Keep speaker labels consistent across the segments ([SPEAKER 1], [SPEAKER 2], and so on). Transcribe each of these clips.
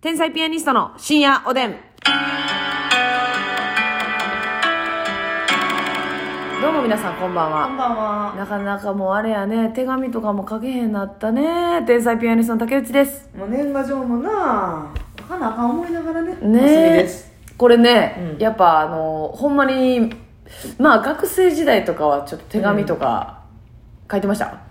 [SPEAKER 1] 天才ピアニストの深夜おでん。どうも皆さんこんばん
[SPEAKER 2] こ
[SPEAKER 1] は。
[SPEAKER 2] んばんは。
[SPEAKER 1] なかなかもうあれやね、手紙とかも書けへんなったね。天才ピアニストの竹内です。
[SPEAKER 2] もう年賀状もな、かなあかん思いながらね。
[SPEAKER 1] ね
[SPEAKER 2] お休みです。
[SPEAKER 1] これね、
[SPEAKER 2] うん
[SPEAKER 1] やっぱあのほんまにまあ学生時代とかはちょっと手紙とか書いてました、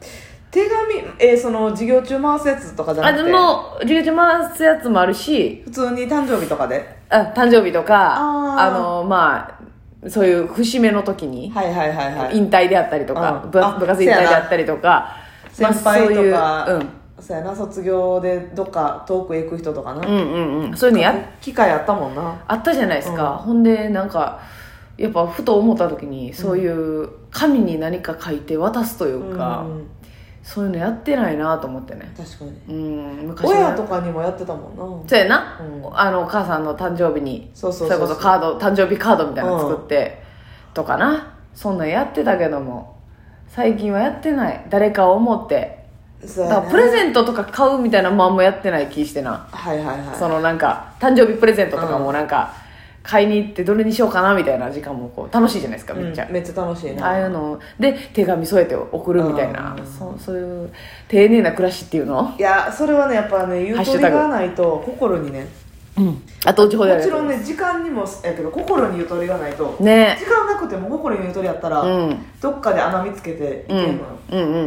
[SPEAKER 2] 手紙、えーその授業中回すやつとかじゃ
[SPEAKER 1] あ
[SPEAKER 2] な
[SPEAKER 1] で
[SPEAKER 2] くて、
[SPEAKER 1] も授業中回すやつもあるし
[SPEAKER 2] 普通に誕生日とかで。
[SPEAKER 1] あ誕生日とか
[SPEAKER 2] あ
[SPEAKER 1] あ
[SPEAKER 2] ー
[SPEAKER 1] のまあそういう節目の時に
[SPEAKER 2] はいはいはいはい。
[SPEAKER 1] 引退であったりとか、
[SPEAKER 2] うん
[SPEAKER 1] 部
[SPEAKER 2] あ
[SPEAKER 1] 部活引退であったりとかまあ
[SPEAKER 2] 先輩とか、
[SPEAKER 1] そういう、
[SPEAKER 2] そうやな、卒業でどっか遠くへ行く人とかな。
[SPEAKER 1] うん、うんうんうんそういうのやっ
[SPEAKER 2] 機会あったもんな。
[SPEAKER 1] あったじゃないですか、ほんでなんかやっぱふと思った時にそういう紙に何か書いて渡すというか、
[SPEAKER 2] うん
[SPEAKER 1] そういうのやってないなと思ってね
[SPEAKER 2] 確かに。
[SPEAKER 1] うん昔は
[SPEAKER 2] 親とかにもやってたもんな。
[SPEAKER 1] そうやな、
[SPEAKER 2] うん
[SPEAKER 1] あのお母さんの誕生日に
[SPEAKER 2] そうそう
[SPEAKER 1] そ
[SPEAKER 2] そ
[SPEAKER 1] れ
[SPEAKER 2] う
[SPEAKER 1] こ
[SPEAKER 2] そう
[SPEAKER 1] そカード誕生日カードみたいなの作って、とかなそんなんやってたけども最近はやってない誰かを思って
[SPEAKER 2] そう
[SPEAKER 1] だ
[SPEAKER 2] や
[SPEAKER 1] か
[SPEAKER 2] な
[SPEAKER 1] らプレゼントとか買うみたいなまんもやってない気してな、
[SPEAKER 2] はいはいはい。
[SPEAKER 1] そのなんか誕生日プレゼントとかもなんか、買いに行ってどれにしようかなみたいな時間もこう楽しいじゃないですかめっちゃ、
[SPEAKER 2] うんめっちゃ楽しいな。
[SPEAKER 1] ああいうので手紙添えて送るみたいな、
[SPEAKER 2] うん
[SPEAKER 1] そそういう丁寧な暮らしっていうの、
[SPEAKER 2] いやそれはねやっぱねゆ
[SPEAKER 1] ハッ
[SPEAKER 2] と
[SPEAKER 1] シュ
[SPEAKER 2] り
[SPEAKER 1] タグ
[SPEAKER 2] がないと心にね
[SPEAKER 1] うん、後打ちほ
[SPEAKER 2] も
[SPEAKER 1] どやる
[SPEAKER 2] ちろんね時間にもやけど心にゆとりがないと
[SPEAKER 1] ね
[SPEAKER 2] 時間なくても心にゆとりやったら、
[SPEAKER 1] うん
[SPEAKER 2] どっかで穴見つけていけ
[SPEAKER 1] うん
[SPEAKER 2] の
[SPEAKER 1] ん
[SPEAKER 2] よ、
[SPEAKER 1] うんうんうんう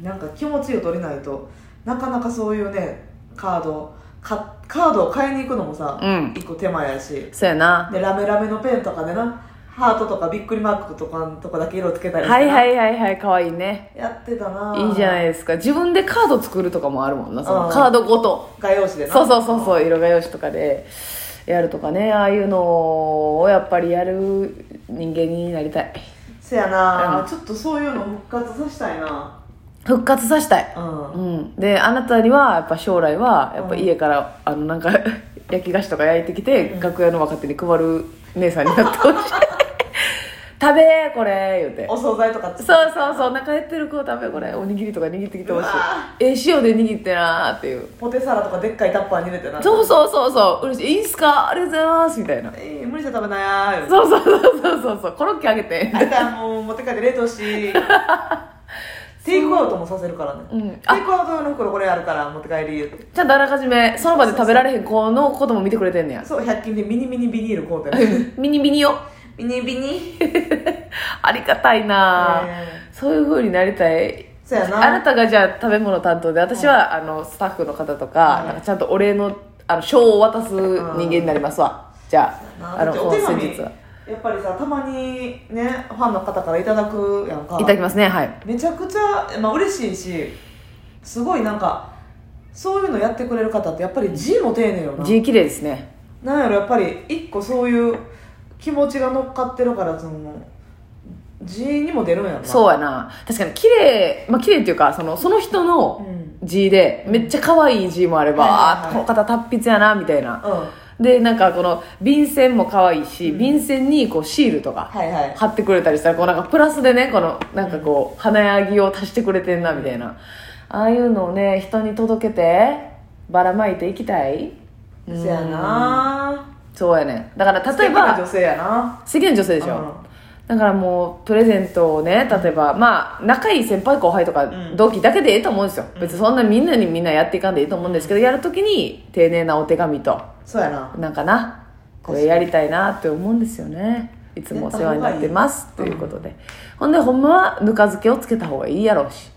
[SPEAKER 1] ん
[SPEAKER 2] なんか気持ちゆとりないとなかなかそういうねカードかカードを買いに行くのもさ、
[SPEAKER 1] うん
[SPEAKER 2] 一個手前やしで
[SPEAKER 1] そうやな
[SPEAKER 2] ラメラメのペンとかでなハートとかびっくりマークとかんとかだけ色つけたりしてな
[SPEAKER 1] はいはいはいはい可愛いね
[SPEAKER 2] やってたない
[SPEAKER 1] いいじゃない
[SPEAKER 2] い
[SPEAKER 1] ですか自分でカード作るとかもあるもんなその
[SPEAKER 2] うん
[SPEAKER 1] カードごと
[SPEAKER 2] 画用紙でな
[SPEAKER 1] そうそうそうそう色画用紙とかでやるとかねああいうのをやっぱりやる人間になりたい
[SPEAKER 2] せやな、
[SPEAKER 1] うん
[SPEAKER 2] ちょっとそういうの復活させたいな
[SPEAKER 1] 復活させたい
[SPEAKER 2] うん
[SPEAKER 1] うんであなたにはやっぱ将来はやっぱ家からあのなんか 焼き菓子とか焼いてきて楽屋の若手に配る姉さんになってほしい食べーこれ言うて
[SPEAKER 2] お惣菜とか
[SPEAKER 1] そうそうそうお腹減ってる子食べこれおにぎりとか握ってきてほしいう
[SPEAKER 2] わ
[SPEAKER 1] ええ塩で握ってなーっていう
[SPEAKER 2] ポテサラとかでっかいタッパーに入れてな
[SPEAKER 1] そうそうそうそう嬉しいいいんすかありがとうございますみたいな
[SPEAKER 2] えー無理して食べなやー
[SPEAKER 1] そうそうそうそうそうそうコロッケあげて
[SPEAKER 2] あいたらもう持って帰って冷凍し テイクアウトもさせるからね、
[SPEAKER 1] うんあ
[SPEAKER 2] テイクアウト用の袋これあるから持って帰り言って
[SPEAKER 1] ちゃんとあらかじめその場で食べられへん子のことも見てくれてんね や
[SPEAKER 2] そう100均でミニミニビニール買うてね
[SPEAKER 1] ミニミニよ
[SPEAKER 2] ミニビニ
[SPEAKER 1] ありがたいなー、
[SPEAKER 2] ね
[SPEAKER 1] そういう風になりたい
[SPEAKER 2] そうやな
[SPEAKER 1] あなたがじゃあ食べ物担当で私は、あのスタッフの方とか,、
[SPEAKER 2] うん
[SPEAKER 1] なんかちゃんとお礼のあの賞を渡す人間になりますわ、じゃああ
[SPEAKER 2] だ
[SPEAKER 1] の
[SPEAKER 2] ってお手
[SPEAKER 1] 先
[SPEAKER 2] 紙
[SPEAKER 1] 日は
[SPEAKER 2] やっぱりさたまにねファンの方からいただくやんか
[SPEAKER 1] いただきますねはい
[SPEAKER 2] めちゃくちゃ、まあ、嬉しいしすごいなんかそういうのやってくれる方ってやっぱり字も丁寧よな
[SPEAKER 1] 字綺麗ですね
[SPEAKER 2] なんやろやっぱり一個そういう気持ちが乗っかってるからその字にも出るんやろな
[SPEAKER 1] そうやな確かに綺麗まあ綺麗っていうかそのその人
[SPEAKER 2] う
[SPEAKER 1] の
[SPEAKER 2] ん、
[SPEAKER 1] 字でめっちゃ可愛い字もあれば、
[SPEAKER 2] はいはい
[SPEAKER 1] あ
[SPEAKER 2] はい
[SPEAKER 1] この方達筆やなみたいな、
[SPEAKER 2] うん、
[SPEAKER 1] でなんかこの便箋も可愛いし、便箋にこうシールとか
[SPEAKER 2] はいはい
[SPEAKER 1] 貼ってくれたりしたらこうなんかプラスでねこのなんかこう華やぎを足してくれてんなみたいなああいうのをね人に届けてばらまいていきたい
[SPEAKER 2] そやな
[SPEAKER 1] そうやねだから
[SPEAKER 2] 素
[SPEAKER 1] 例え
[SPEAKER 2] 敵な女
[SPEAKER 1] ば
[SPEAKER 2] 性やな
[SPEAKER 1] 世間女性でしょ、だからもうプレゼントをね例えばまあ仲いい先輩後輩とか
[SPEAKER 2] うん
[SPEAKER 1] 同期だけでええと思うんですよ、別にそんなみんなにみんなやっていかんでいいと思うんですけどやるときに丁寧なお手紙と
[SPEAKER 2] うんそうやな
[SPEAKER 1] なんかなこれやりたいなって思うんですよねいつもお世話になってますと
[SPEAKER 2] やった方がい
[SPEAKER 1] い
[SPEAKER 2] いう
[SPEAKER 1] ことで、ほんでほんまはぬか漬けをつけた方がいいやろう し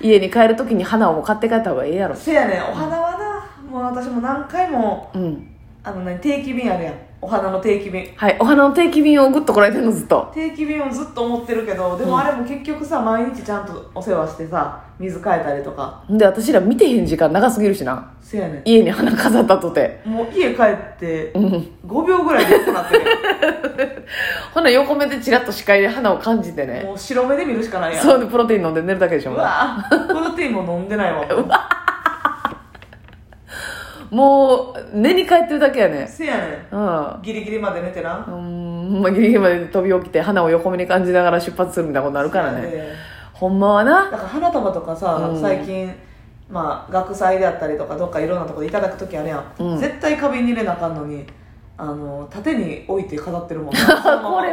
[SPEAKER 1] 家に帰るときに花をもう買って帰った方がいいやろうし
[SPEAKER 2] せやねんお花はなもう私も何回も
[SPEAKER 1] うん
[SPEAKER 2] あのね定期便あるやんお花の定期便
[SPEAKER 1] はいお花の定期便をグッとこらえてんのずっと
[SPEAKER 2] 定期便をずっと思ってるけどでもあれも結局さ毎日ちゃんとお世話してさ水変えたりとか
[SPEAKER 1] ほんで私ら見てへん時間長すぎるしな
[SPEAKER 2] せやねん
[SPEAKER 1] 家に花飾ったとて
[SPEAKER 2] もう家帰って
[SPEAKER 1] うん
[SPEAKER 2] 5秒ぐらいで良くなってるやん
[SPEAKER 1] ほな横目でチラッと視界で花を感じてね
[SPEAKER 2] もう白目で見るしかないやん
[SPEAKER 1] そうでプロテイン飲んで寝るだけでしょ
[SPEAKER 2] う
[SPEAKER 1] も
[SPEAKER 2] わぁプロテインも飲んでないわもう
[SPEAKER 1] うもう寝に帰ってるだけやね
[SPEAKER 2] せやね
[SPEAKER 1] うん
[SPEAKER 2] んギリギリまで寝てな
[SPEAKER 1] うんまあギリギリまで飛び起きて花を横目に感じながら出発するみたいなことになるからね
[SPEAKER 2] せやで
[SPEAKER 1] ほんまは
[SPEAKER 2] だ
[SPEAKER 1] な
[SPEAKER 2] から花束とかさ、
[SPEAKER 1] うん
[SPEAKER 2] 最近まあ、学祭であったりとかどっかいろんなとこでいただく時あるやん、
[SPEAKER 1] うん
[SPEAKER 2] 絶対花瓶に入れなあかんのにあの縦に置いて飾ってるもん
[SPEAKER 1] これ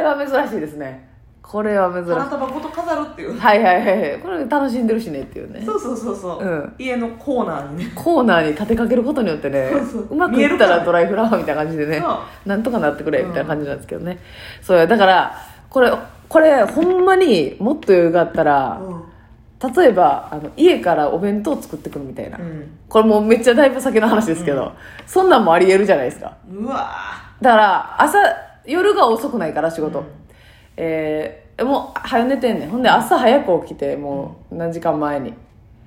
[SPEAKER 2] は
[SPEAKER 1] は珍しいですねこれは珍しい
[SPEAKER 2] 花束ごと飾るっていう
[SPEAKER 1] はいはいはいはいこれ楽しんでるしねっていうね
[SPEAKER 2] そうそうそうそう、
[SPEAKER 1] うん
[SPEAKER 2] 家のコーナーにね
[SPEAKER 1] コーナーに立てかけることによってね
[SPEAKER 2] そうそう
[SPEAKER 1] うまくいったらドライフラワーみたいな感じでね
[SPEAKER 2] そう
[SPEAKER 1] なんとかなってくれみたいな感じなんですけどね、そうやだからこれこれほんまにもっと余裕があったら、例えばあの家からお弁当作ってくるみたいな、
[SPEAKER 2] うん
[SPEAKER 1] これもうめっちゃだいぶ先の話ですけど、そんなんもありえるじゃないですか
[SPEAKER 2] うわ
[SPEAKER 1] だから朝夜が遅くないから仕事、
[SPEAKER 2] うん
[SPEAKER 1] えーもう早寝てんねんほんで朝早く起きてもう何時間前に
[SPEAKER 2] ー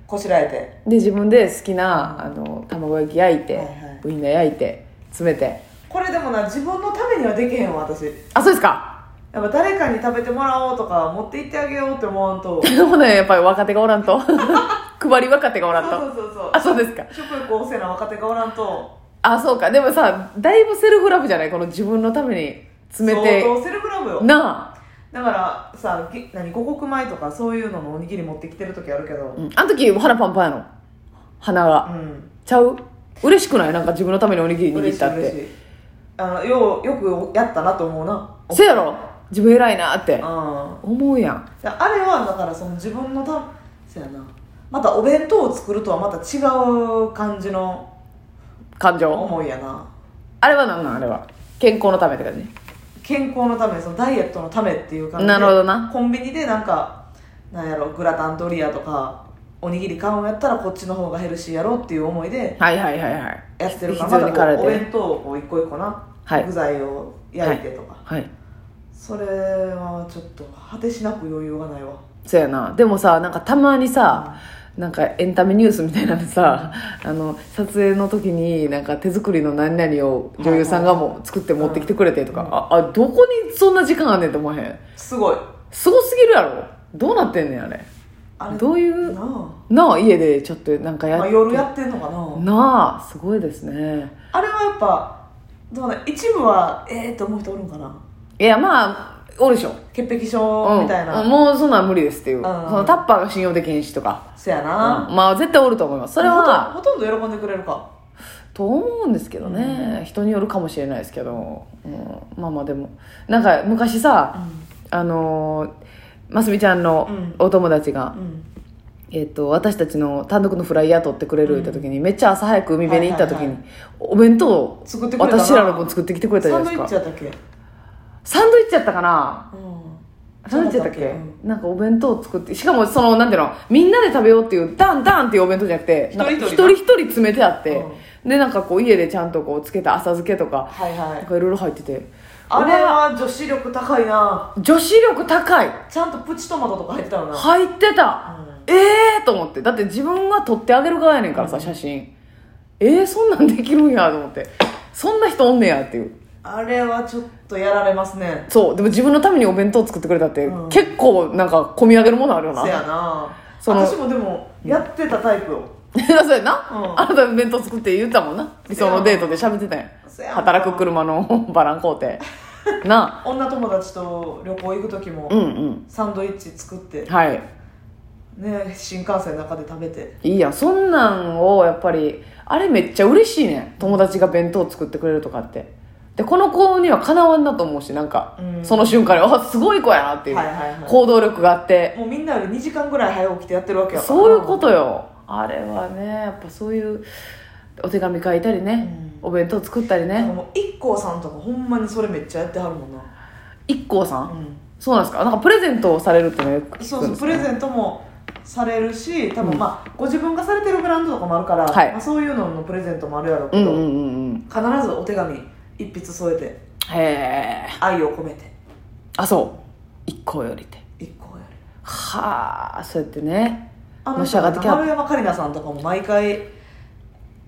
[SPEAKER 2] こしらえて
[SPEAKER 1] で自分で好きなあの卵焼き焼いて、
[SPEAKER 2] はいはい
[SPEAKER 1] ウインナー焼いて詰めて
[SPEAKER 2] これでもな自分のためにはできへんわ私や
[SPEAKER 1] あそうですか
[SPEAKER 2] っぱ誰かに食べてもらおうとか持って行ってあげようって思わんと
[SPEAKER 1] でもねやっぱり若手がおらん と配り若手がおらん
[SPEAKER 2] そう
[SPEAKER 1] と
[SPEAKER 2] そうそう
[SPEAKER 1] あそうですか
[SPEAKER 2] 食欲旺盛な若手がおらんと
[SPEAKER 1] あそうかでもさだいぶセルフラブじゃないこの自分のために詰め
[SPEAKER 2] 相
[SPEAKER 1] て
[SPEAKER 2] 当セルフラブよ
[SPEAKER 1] なあ、
[SPEAKER 2] だからさぎ何五穀米とかそういうののおにぎり持ってきてる時あるけど
[SPEAKER 1] うん、あの時鼻パンパンやの鼻が、
[SPEAKER 2] うん
[SPEAKER 1] ちゃう嬉しくないなんか自分のためにおにぎり握
[SPEAKER 2] 嬉
[SPEAKER 1] っ
[SPEAKER 2] しい
[SPEAKER 1] たっ
[SPEAKER 2] 嬉していあのようよくやったなと思うな
[SPEAKER 1] せやろ自分偉いなって
[SPEAKER 2] うん
[SPEAKER 1] 思うやん
[SPEAKER 2] だあれはだからその自分のたそうやなまたお弁当を作るとはまた違う感じの
[SPEAKER 1] 感情
[SPEAKER 2] 思いやな
[SPEAKER 1] あれはなんなんあれは健康のためって感じね
[SPEAKER 2] 健康のためそのダイエットのためっていう感じで
[SPEAKER 1] なるほどな
[SPEAKER 2] コンビニでなんかなんやろグラタンドリアとかおにぎり買うんやったらこっちの方がヘルシーやろっていう思いで
[SPEAKER 1] はいはいはいはい
[SPEAKER 2] やってるか
[SPEAKER 1] 必
[SPEAKER 2] らま
[SPEAKER 1] 要
[SPEAKER 2] だ
[SPEAKER 1] に駆られ
[SPEAKER 2] こうお
[SPEAKER 1] て
[SPEAKER 2] 弁当をこう一個一個な、
[SPEAKER 1] はい
[SPEAKER 2] 具材を焼いてとか、
[SPEAKER 1] はい
[SPEAKER 2] それはちょっと果てしなく余裕がないわ
[SPEAKER 1] そうやなでもさなんかたまにさなんかエンタメニュースみたいなのさあの撮影の時になんか手作りの何々を女優さんがもう作って持ってきてくれてとか、ああどこにそんな時間あんねんと思わへん
[SPEAKER 2] すごい
[SPEAKER 1] すごすぎるやろどうなってんねんあれ
[SPEAKER 2] あれ
[SPEAKER 1] どういう
[SPEAKER 2] なあ
[SPEAKER 1] なあ家でちょっとなんかや
[SPEAKER 2] まあ、夜やってんのかな
[SPEAKER 1] なあすごいですね
[SPEAKER 2] あれはやっぱどうなん一部はええー、と思う人おるんかない
[SPEAKER 1] やまあおるでしょ、
[SPEAKER 2] 潔癖
[SPEAKER 1] う
[SPEAKER 2] 症
[SPEAKER 1] ん、
[SPEAKER 2] みたいな、
[SPEAKER 1] もうそんなん無理ですっていう、
[SPEAKER 2] ん
[SPEAKER 1] そのタッパーが信用できへんしとか、
[SPEAKER 2] そや
[SPEAKER 1] うん
[SPEAKER 2] な、
[SPEAKER 1] まあ絶対おると思いますそれは
[SPEAKER 2] ほとんどほとんど喜んでくれるか
[SPEAKER 1] と思うんですけどね、人によるかもしれないですけど、うん、まあまあでもなんか昔さ、あのーますみちゃんの
[SPEAKER 2] うん
[SPEAKER 1] お友達が、
[SPEAKER 2] うん
[SPEAKER 1] えっと私たちの単独のフライヤー取ってくれるって時に、めっちゃ朝早く海辺に行った時
[SPEAKER 2] はい
[SPEAKER 1] に
[SPEAKER 2] はい
[SPEAKER 1] お弁当を
[SPEAKER 2] 作ってくれたな
[SPEAKER 1] 私らの分作ってきてくれたじゃ
[SPEAKER 2] サ
[SPEAKER 1] な
[SPEAKER 2] ン
[SPEAKER 1] い
[SPEAKER 2] ド
[SPEAKER 1] で
[SPEAKER 2] イ
[SPEAKER 1] す
[SPEAKER 2] ッ
[SPEAKER 1] か
[SPEAKER 2] チやったっけ、うん、
[SPEAKER 1] サンドイッチやったかなサンドイッチやったっ
[SPEAKER 2] そ
[SPEAKER 1] け
[SPEAKER 2] うだったっけ
[SPEAKER 1] なんかお弁当を作ってしかもそのなんていうのみんなで食べようっていうダンダンっていうお弁当じゃなくて
[SPEAKER 2] 一人一人
[SPEAKER 1] なんか一人一人詰めてあって、でなんかこう家でちゃんとこうつけた浅漬けとか
[SPEAKER 2] はいは
[SPEAKER 1] なん
[SPEAKER 2] い
[SPEAKER 1] かいろいろ入ってて
[SPEAKER 2] あれは女子力高いな
[SPEAKER 1] 女子力高い
[SPEAKER 2] ちゃんとプチトマトとか入ってたよな
[SPEAKER 1] 入ってた、ええー、と思ってだって自分が撮ってあげる側やねんからさ写真えー、そんなんできるんやと思ってそんな人おんねやっていう
[SPEAKER 2] あれはちょっとやられますね
[SPEAKER 1] そうでも自分のためにお弁当作ってくれたって、
[SPEAKER 2] うん
[SPEAKER 1] 結構なんか込み上げるものあるよな
[SPEAKER 2] そやな
[SPEAKER 1] その
[SPEAKER 2] 私もでもやってたタイプよ、
[SPEAKER 1] そうやな、
[SPEAKER 2] うん
[SPEAKER 1] あなた弁当作って言ったもんな理想のデートで喋ってたや
[SPEAKER 2] そ
[SPEAKER 1] ん
[SPEAKER 2] やな
[SPEAKER 1] 働く車の バラン工程なあ
[SPEAKER 2] 女友達と旅行行く時も、
[SPEAKER 1] うんうん
[SPEAKER 2] サンドイッチ作って
[SPEAKER 1] はい
[SPEAKER 2] ね新幹線の中で食べて
[SPEAKER 1] いいやんそんなんをやっぱりあれめっちゃ嬉しいねん友達が弁当作ってくれるとかってでこの子にはかなわんなと思うしなんか、
[SPEAKER 2] うん
[SPEAKER 1] その瞬間にあすごい子やなっていう、
[SPEAKER 2] はいはいはい
[SPEAKER 1] 行動力があって
[SPEAKER 2] もうみんなより2時間ぐらい早起きてやってるわけやから
[SPEAKER 1] そういうことよあれはねやっぱそういうお手紙書いたりね、お弁当作ったり
[SPEAKER 2] なんか
[SPEAKER 1] ね
[SPEAKER 2] もう IKKO さんとかほんまにそれめっちゃやってはるもんな、
[SPEAKER 1] 一 k さん、
[SPEAKER 2] うん、
[SPEAKER 1] そうなんですかなんかプレゼントをされるってのはよく聞
[SPEAKER 2] そ
[SPEAKER 1] く
[SPEAKER 2] うんそ
[SPEAKER 1] ですね
[SPEAKER 2] うプレゼントもされるし多分まあ、ご自分がされてるブランドとかもあるから、
[SPEAKER 1] はい
[SPEAKER 2] まあ、そういうののプレゼントもあるやろうけど、
[SPEAKER 1] うんうんうんうん
[SPEAKER 2] 必ずお手紙一筆添えて
[SPEAKER 1] へえ
[SPEAKER 2] 愛を込めて
[SPEAKER 1] あそう一個よりって
[SPEAKER 2] IKKO より
[SPEAKER 1] はあそうやってね
[SPEAKER 2] あ
[SPEAKER 1] の
[SPEAKER 2] の
[SPEAKER 1] 人が出来上がっ
[SPEAKER 2] 丸山桂里奈さんとかも毎回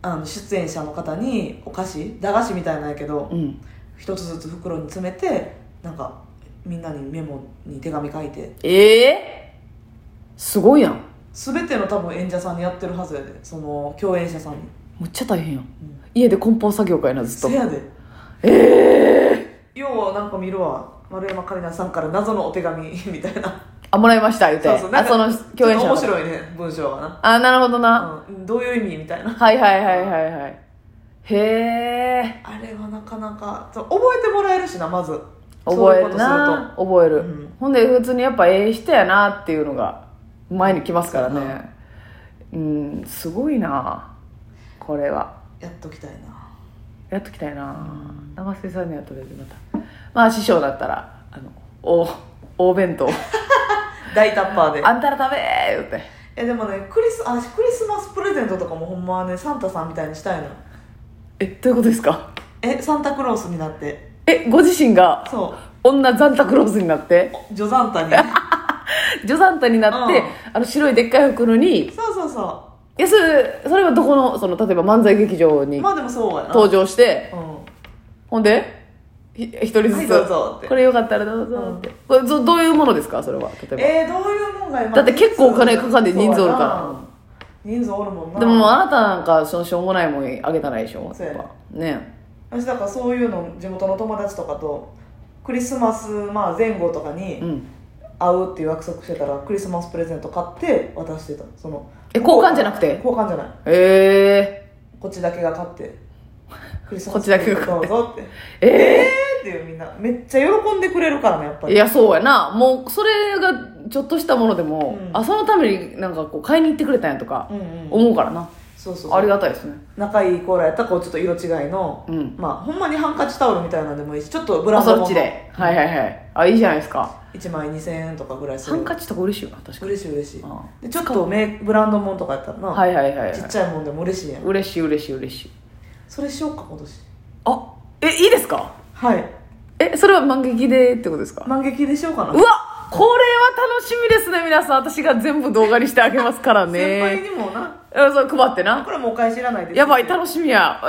[SPEAKER 2] あの出演者の方にお菓子駄菓子みたいなんやけど、
[SPEAKER 1] うん
[SPEAKER 2] 一つずつ袋に詰めてなんかみんなにメモに手紙書いて
[SPEAKER 1] ええすごいやん
[SPEAKER 2] 全ての多分演者さんにやってるはずやでその共演者さんに、
[SPEAKER 1] むっちゃ大変やん
[SPEAKER 2] うん、
[SPEAKER 1] 家で梱包作業かいなずっ
[SPEAKER 2] せ
[SPEAKER 1] と
[SPEAKER 2] やで
[SPEAKER 1] ええ
[SPEAKER 2] 要はなんか見るわ丸山桂里奈さんから謎のお手紙 みたいな
[SPEAKER 1] あもらいました言って
[SPEAKER 2] そうそうなん
[SPEAKER 1] あ
[SPEAKER 2] か
[SPEAKER 1] その共演者の
[SPEAKER 2] ちょっと面
[SPEAKER 1] 方
[SPEAKER 2] 白いね文章がな、
[SPEAKER 1] あなるほどな、
[SPEAKER 2] うん、どういう意味みたいな
[SPEAKER 1] はいはいはいはいはいへえ
[SPEAKER 2] あれはなかなかそう覚えてもらえるしなまず
[SPEAKER 1] 覚え
[SPEAKER 2] そういうこ
[SPEAKER 1] る
[SPEAKER 2] とする
[SPEAKER 1] な覚える、
[SPEAKER 2] うん
[SPEAKER 1] ほんで普通にやっぱええ人やなっていうのが前に来ますからねうんすごいなこれは
[SPEAKER 2] とやっときたいな
[SPEAKER 1] やっときたいな、長瀬さんにはとりあえずまたまあ師匠だったらあのお大弁当
[SPEAKER 2] 大タッパーで
[SPEAKER 1] あんたら食べー言って
[SPEAKER 2] えでもねクリスあクリスマスプレゼントとかもほんまはねサンタさんみたいにしたいの
[SPEAKER 1] えどういうことですか
[SPEAKER 2] えサンタクロースになって
[SPEAKER 1] えご自身が
[SPEAKER 2] そ
[SPEAKER 1] 女ザンタクロースになって
[SPEAKER 2] うジョザ ンタに
[SPEAKER 1] ジョザンタになって、
[SPEAKER 2] うん
[SPEAKER 1] あの白いでっかい袋に
[SPEAKER 2] そうそうそ
[SPEAKER 1] いやそれそれはどこのその例えば漫才劇場
[SPEAKER 2] う
[SPEAKER 1] に
[SPEAKER 2] まあでもそうやな
[SPEAKER 1] 登場して、
[SPEAKER 2] うん
[SPEAKER 1] ほんでひ一人ずつ、
[SPEAKER 2] はいどうぞって
[SPEAKER 1] これよかったらどうぞって、これどどういうものですかそれは例えば、
[SPEAKER 2] えー、どういうもんが今
[SPEAKER 1] だって結構お金かかんで人数おるから
[SPEAKER 2] そうやな人数おるもんな
[SPEAKER 1] でももうあなたなんかそのしょうもないもんあげたらいいでしょ
[SPEAKER 2] そうや
[SPEAKER 1] やっ
[SPEAKER 2] な
[SPEAKER 1] ぱね
[SPEAKER 2] 私だからそういうの地元の友達とかとクリスマス、まあ、前後とか
[SPEAKER 1] う
[SPEAKER 2] に
[SPEAKER 1] ん
[SPEAKER 2] 会うっていう約束してたらクリスマスプレゼント買って渡してたその
[SPEAKER 1] え交換じゃなくて
[SPEAKER 2] 交換じゃない
[SPEAKER 1] え
[SPEAKER 2] こっちだけが買ってクリス
[SPEAKER 1] こ
[SPEAKER 2] マ
[SPEAKER 1] っ
[SPEAKER 2] ス
[SPEAKER 1] ちだけが
[SPEAKER 2] どうぞって
[SPEAKER 1] ー、え
[SPEAKER 2] えーっていうみんなめっちゃ喜んでくれるからねやっぱ
[SPEAKER 1] ー、い
[SPEAKER 2] り
[SPEAKER 1] やそうやなもうそれがちょっとしたものでも、
[SPEAKER 2] うん
[SPEAKER 1] あそのためになんかこう買いに行ってくれたんやとか
[SPEAKER 2] うんうん
[SPEAKER 1] 思うからな、
[SPEAKER 2] そうそう
[SPEAKER 1] あ
[SPEAKER 2] そ
[SPEAKER 1] り
[SPEAKER 2] う
[SPEAKER 1] がたいですね
[SPEAKER 2] 仲いいコーラやったらこうちょっと色違いの、
[SPEAKER 1] うん
[SPEAKER 2] まあほんまにハンカチタオルみたいなのでもいいしちょっとブラ
[SPEAKER 1] あ
[SPEAKER 2] ンド
[SPEAKER 1] そ
[SPEAKER 2] も
[SPEAKER 1] っちではいはいはいあいいじゃないですか
[SPEAKER 2] 1枚2000円とかぐらいす
[SPEAKER 1] ハ
[SPEAKER 2] る
[SPEAKER 1] ンカチとか嬉しいよな確かに
[SPEAKER 2] 嬉しい嬉しい
[SPEAKER 1] あ
[SPEAKER 2] でちょっとめブランドもんとかやったらな、
[SPEAKER 1] はいはいはい、はい
[SPEAKER 2] ちっちゃいもんでも嬉しいやん
[SPEAKER 1] 嬉しい嬉しい嬉しい
[SPEAKER 2] それしようか今年
[SPEAKER 1] あえいいですか
[SPEAKER 2] はい
[SPEAKER 1] えそれは満劇でってことですか、
[SPEAKER 2] 満劇でしようかな、
[SPEAKER 1] うわこれは楽しみですね皆さん私が全部動画にしてあげますから
[SPEAKER 2] 先輩
[SPEAKER 1] ね
[SPEAKER 2] にもな
[SPEAKER 1] あそう配ってな
[SPEAKER 2] これもうお返しいらないです
[SPEAKER 1] やばい楽しみや